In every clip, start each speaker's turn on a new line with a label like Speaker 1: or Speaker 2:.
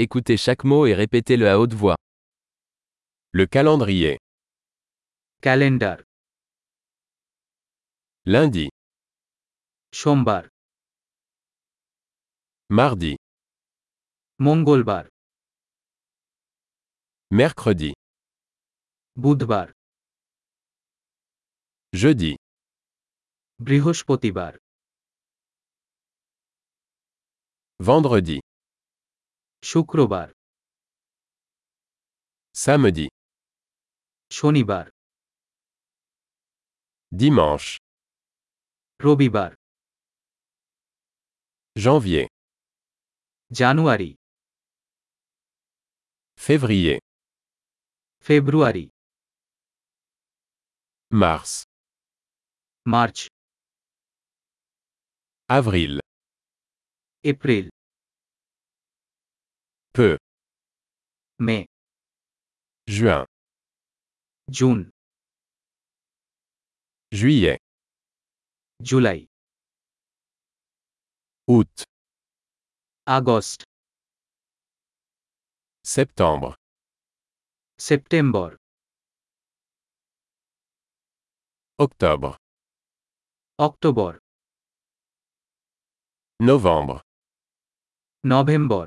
Speaker 1: Écoutez chaque mot et répétez-le à haute voix. Le calendrier.
Speaker 2: ক্যালেন্ডার
Speaker 1: Lundi,
Speaker 2: সোমবার
Speaker 1: mardi,
Speaker 2: মঙ্গলবার
Speaker 1: mercredi,
Speaker 2: বুধবার
Speaker 1: jeudi,
Speaker 2: বৃহস্পতিবার
Speaker 1: vendredi,
Speaker 2: শুক্রবার
Speaker 1: samedi,
Speaker 2: শনিবার
Speaker 1: dimanche,
Speaker 2: রবিবার
Speaker 1: janvier,
Speaker 2: জানুয়ারি
Speaker 1: février,
Speaker 2: ফেব্রুয়ারি
Speaker 1: mars,
Speaker 2: মার্চ
Speaker 1: avril,
Speaker 2: এপ্রিল
Speaker 1: peu,
Speaker 2: মে
Speaker 1: juin,
Speaker 2: জুন
Speaker 1: juillet,
Speaker 2: জুলাই
Speaker 1: août,
Speaker 2: আগস্ট
Speaker 1: septembre,
Speaker 2: সেপ্টেম্বর
Speaker 1: octobre,
Speaker 2: অক্টোবর
Speaker 1: novembre,
Speaker 2: নভেম্বর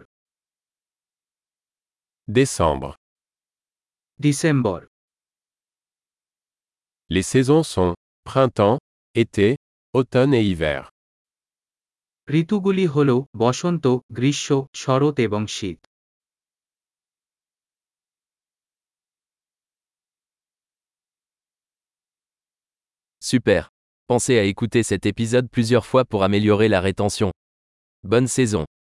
Speaker 1: décembre.
Speaker 2: ডিসেম্বর
Speaker 1: Les saisons sont printemps, été, automne et hiver.
Speaker 2: ঋতুগুলি হল বসন্ত গ্রীষ্ম শরৎ এবং শীত
Speaker 1: Super. Pensez à écouter cet épisode plusieurs fois pour améliorer la rétention. Bonne saison.